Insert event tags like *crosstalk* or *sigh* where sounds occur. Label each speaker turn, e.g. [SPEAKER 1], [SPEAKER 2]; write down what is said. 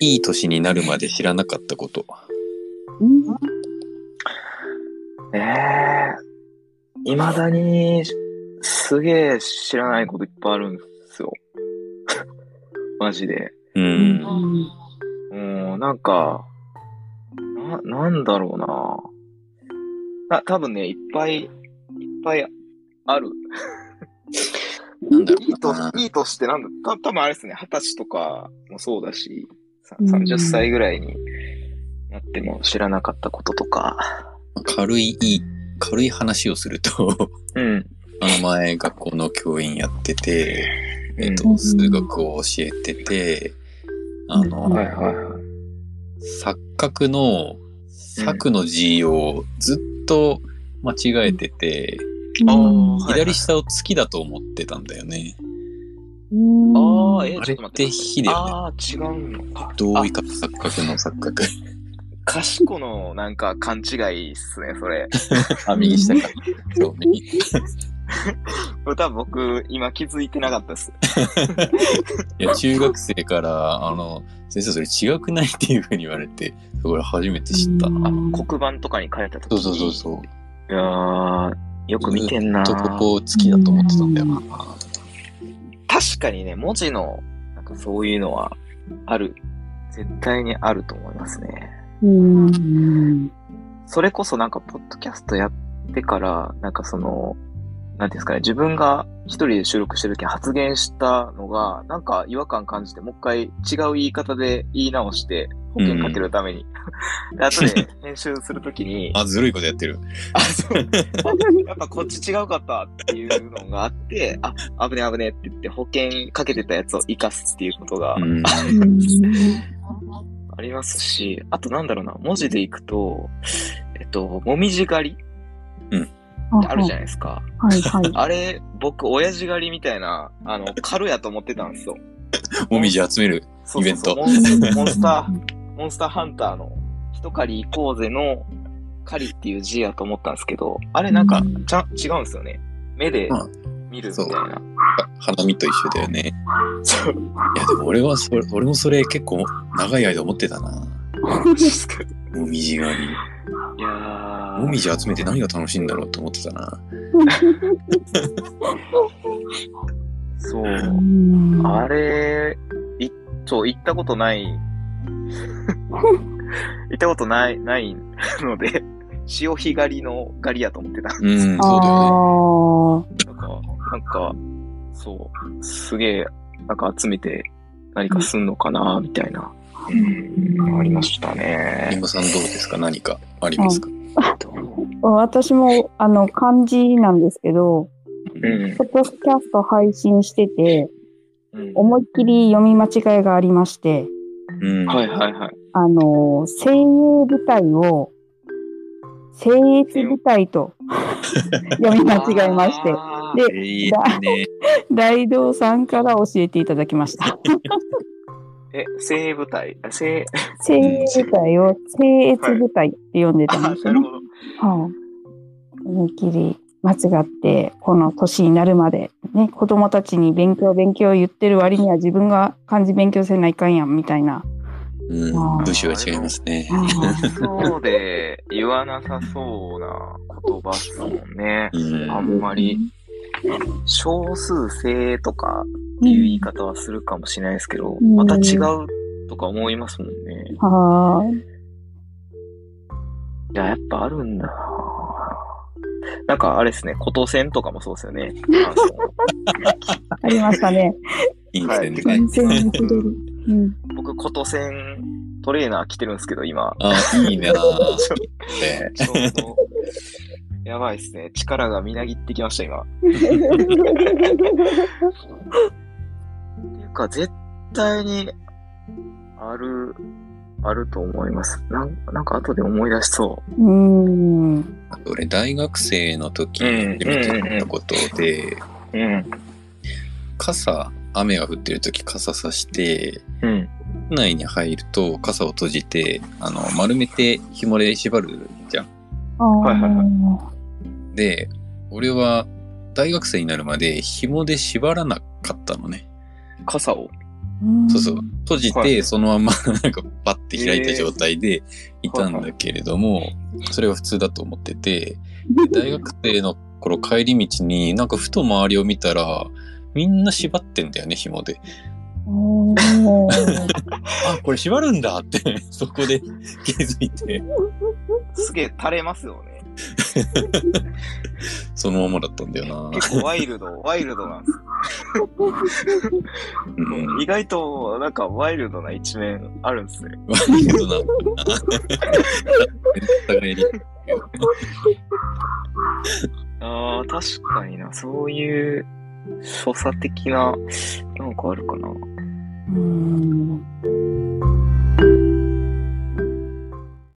[SPEAKER 1] いい年になるまで知らなかったこと。
[SPEAKER 2] うん
[SPEAKER 3] ええいまだにすげえ知らないこといっぱいあるんですよ。 *laughs* マジで。
[SPEAKER 1] うん。
[SPEAKER 3] うん、なんか、な、なんだろうな。た、多分ね、いっぱい、いっぱいある。
[SPEAKER 1] なんだろ
[SPEAKER 3] いいう
[SPEAKER 1] な。
[SPEAKER 3] 年、いい年ってなんだ、た、多分あれですね、二十歳とかもそうだし、さ
[SPEAKER 2] うん
[SPEAKER 3] 30歳ぐらいになっても知らなかったこととか。
[SPEAKER 1] 軽い、いい、軽い話をすると、 *laughs*
[SPEAKER 3] うん。
[SPEAKER 1] あの前学校の教員やってて、えっ
[SPEAKER 2] う
[SPEAKER 1] と、
[SPEAKER 2] ん
[SPEAKER 1] 数学を教えてて、あ
[SPEAKER 3] うん、
[SPEAKER 1] の
[SPEAKER 3] は、いはいはい。
[SPEAKER 1] 錯覚の、錯の字をずっと間違えてて、
[SPEAKER 3] あーはい
[SPEAKER 1] 左下を月だと思ってたんだよね。
[SPEAKER 2] うん
[SPEAKER 3] ああ、えー
[SPEAKER 1] あ
[SPEAKER 3] ち
[SPEAKER 1] れ
[SPEAKER 3] ょっと
[SPEAKER 1] っ
[SPEAKER 3] 待って
[SPEAKER 1] て。火だよね。
[SPEAKER 3] ああー、違うのか。
[SPEAKER 1] 同意か錯覚の錯覚。
[SPEAKER 3] かしこのなんか勘違いっすね、
[SPEAKER 1] *laughs*
[SPEAKER 3] それ。
[SPEAKER 1] あ、右下 *laughs* か。そう、右。
[SPEAKER 3] これ多分僕、今気づいてなかったっす。
[SPEAKER 1] いや、中学生から、あの、先生それ違くないっていうふうに言われて、それ初めて知った。
[SPEAKER 3] あ黒板とかに書いた時
[SPEAKER 1] そう
[SPEAKER 3] に。
[SPEAKER 1] そうそうそう。
[SPEAKER 3] いやーよく見てんな
[SPEAKER 1] とここ好きだと思ってたんだよな。
[SPEAKER 3] 確かにね、文字の、なんかそういうのは、ある。絶対にあると思いますね。
[SPEAKER 2] うん
[SPEAKER 3] それこそなんか、ポッドキャストやってから、なんかその、なんていうんですかね、自分が一人で収録してる時に発言したのが、なんか違和感感じて、もう一回違う言い方で言い直して、保険かけるために。で、後で編集するときに、
[SPEAKER 1] あ、ずるいことやってる。
[SPEAKER 3] あ、そう。やっぱこっち違うかったっていうのがあって、あ、危ねえ危ねえって言って保険かけてたやつを生かすっていうことが
[SPEAKER 1] うん。
[SPEAKER 3] ありますし、あとなんだろうな、文字でいくと、えっと、もみじ狩りってあるじゃないですか。
[SPEAKER 2] はいはい。
[SPEAKER 3] あれ、僕、親父狩りみたいな、あの、狩るやと思ってたんですよ。
[SPEAKER 1] もみじ集める。
[SPEAKER 3] そうそうそう
[SPEAKER 1] イベント
[SPEAKER 3] モンスモンスター、 *laughs* モンスターハンターの、一狩り行こうぜの、狩りっていう字やと思ったんですけど、あれなんか、ちゃん違うんですよね。目で見るみたいな。
[SPEAKER 1] 花見と一緒だよね。
[SPEAKER 3] そう。
[SPEAKER 1] いや、でも俺はそれ、俺もそれ結構長い間思ってたな。
[SPEAKER 3] ですか。い
[SPEAKER 1] もみじ狩り。
[SPEAKER 3] やー
[SPEAKER 1] もみじ集めて何が楽しいんだろうと思ってたな。
[SPEAKER 3] そう。
[SPEAKER 2] うん
[SPEAKER 3] あれ、い、そう、行ったことない。 *laughs* 行ったことない、ないので、潮干狩りの狩りやと思ってた。
[SPEAKER 1] うん、そうだよね。
[SPEAKER 2] あ
[SPEAKER 3] なんか、なんか、そう、すげえ、なんか集めて何かすんのかな、みたいな。うん、ありましたね。
[SPEAKER 1] リンさんどうですか何かありますか
[SPEAKER 2] ー私もあの漢字なんですけど、
[SPEAKER 3] うん
[SPEAKER 2] ポ。ッドキャスト配信してて、
[SPEAKER 3] うん
[SPEAKER 2] 思いっきり読み間違いがありまして、
[SPEAKER 1] うん。
[SPEAKER 3] はいはいはい。
[SPEAKER 2] あの、精鋭部隊を、精鋭部隊
[SPEAKER 3] *laughs*
[SPEAKER 2] と読み間違えまして、
[SPEAKER 3] あー
[SPEAKER 2] で
[SPEAKER 1] いいね。
[SPEAKER 2] 大道さんから教えていただきま
[SPEAKER 3] *laughs*
[SPEAKER 2] した。
[SPEAKER 3] え、精鋭部隊、あ精鋭、
[SPEAKER 2] 精鋭部隊を精鋭部隊って呼んでたん
[SPEAKER 3] *laughs* あ *laughs*
[SPEAKER 2] で、す
[SPEAKER 3] な
[SPEAKER 2] よ
[SPEAKER 3] る
[SPEAKER 2] ね。
[SPEAKER 3] ほど。
[SPEAKER 2] はい。思いっきり間違って、この年になるまで、ね、子供たちに勉強勉強言ってる割には自分が漢字勉強せないかんやん、みたいな。
[SPEAKER 1] うん。部首は違いますね。
[SPEAKER 3] そうで言わなさそうな言葉っすもんね。
[SPEAKER 1] うん。
[SPEAKER 3] *laughs* あんまり、少数制とか
[SPEAKER 2] う
[SPEAKER 3] っていうん言い方はするかもしれないですけど、
[SPEAKER 2] ん
[SPEAKER 3] また違うとか思いますもんね。
[SPEAKER 2] はーい。
[SPEAKER 3] いや、やっぱあるんだななんかあれですね、ことせんとかもそうですよね。
[SPEAKER 2] ありましたね。
[SPEAKER 1] いいですね。
[SPEAKER 3] はい
[SPEAKER 2] 全然戻る。うん。
[SPEAKER 3] あの僕、ことせんトレーナー着てるんですけど、今。
[SPEAKER 1] あ、い
[SPEAKER 3] *laughs*
[SPEAKER 1] いなぁ。
[SPEAKER 3] ちょ
[SPEAKER 1] ね
[SPEAKER 3] ちょうど *laughs* やばいですね。力がみなぎってきました、今。っていうか、絶対に、ある、あると思います。なんなんか後で思い出しそう
[SPEAKER 2] ーん。
[SPEAKER 1] 俺、大学生の時に初めてやったことで、
[SPEAKER 3] う。うん。
[SPEAKER 1] 傘、雨が降ってる時傘さして、
[SPEAKER 3] うん。
[SPEAKER 1] 室内に入ると傘を閉じて、あの、丸めて紐で縛るじゃん。
[SPEAKER 2] ああ。
[SPEAKER 3] はいはいはい
[SPEAKER 1] で、俺は大学生になるまで紐で縛らなかったのね。
[SPEAKER 3] 傘を。
[SPEAKER 2] うん
[SPEAKER 1] そうそう。閉じ
[SPEAKER 3] はい
[SPEAKER 1] て、そのま *laughs* まなんかパッて開いた状態でいたんだけれども、それが普通だと思ってて、で大学生の頃帰り道になんかふと周りを見たら、みんな縛ってんだよね、紐で。
[SPEAKER 2] おー
[SPEAKER 1] あ、これ縛るんだって、 *laughs* そこで気づいて、
[SPEAKER 3] すげえ垂れますよね。
[SPEAKER 1] そのままだったんだよな。
[SPEAKER 3] 結構ワイルド、ワイルドなんです
[SPEAKER 1] う
[SPEAKER 3] ね
[SPEAKER 1] ん。。
[SPEAKER 3] 意外と、なんかワイルドな一面あるんですね。
[SPEAKER 1] ワイルドな。 *laughs* お互いに。
[SPEAKER 3] ああ、確かにな。そういう、所作的な、なんかあるかな。
[SPEAKER 2] 嗯うん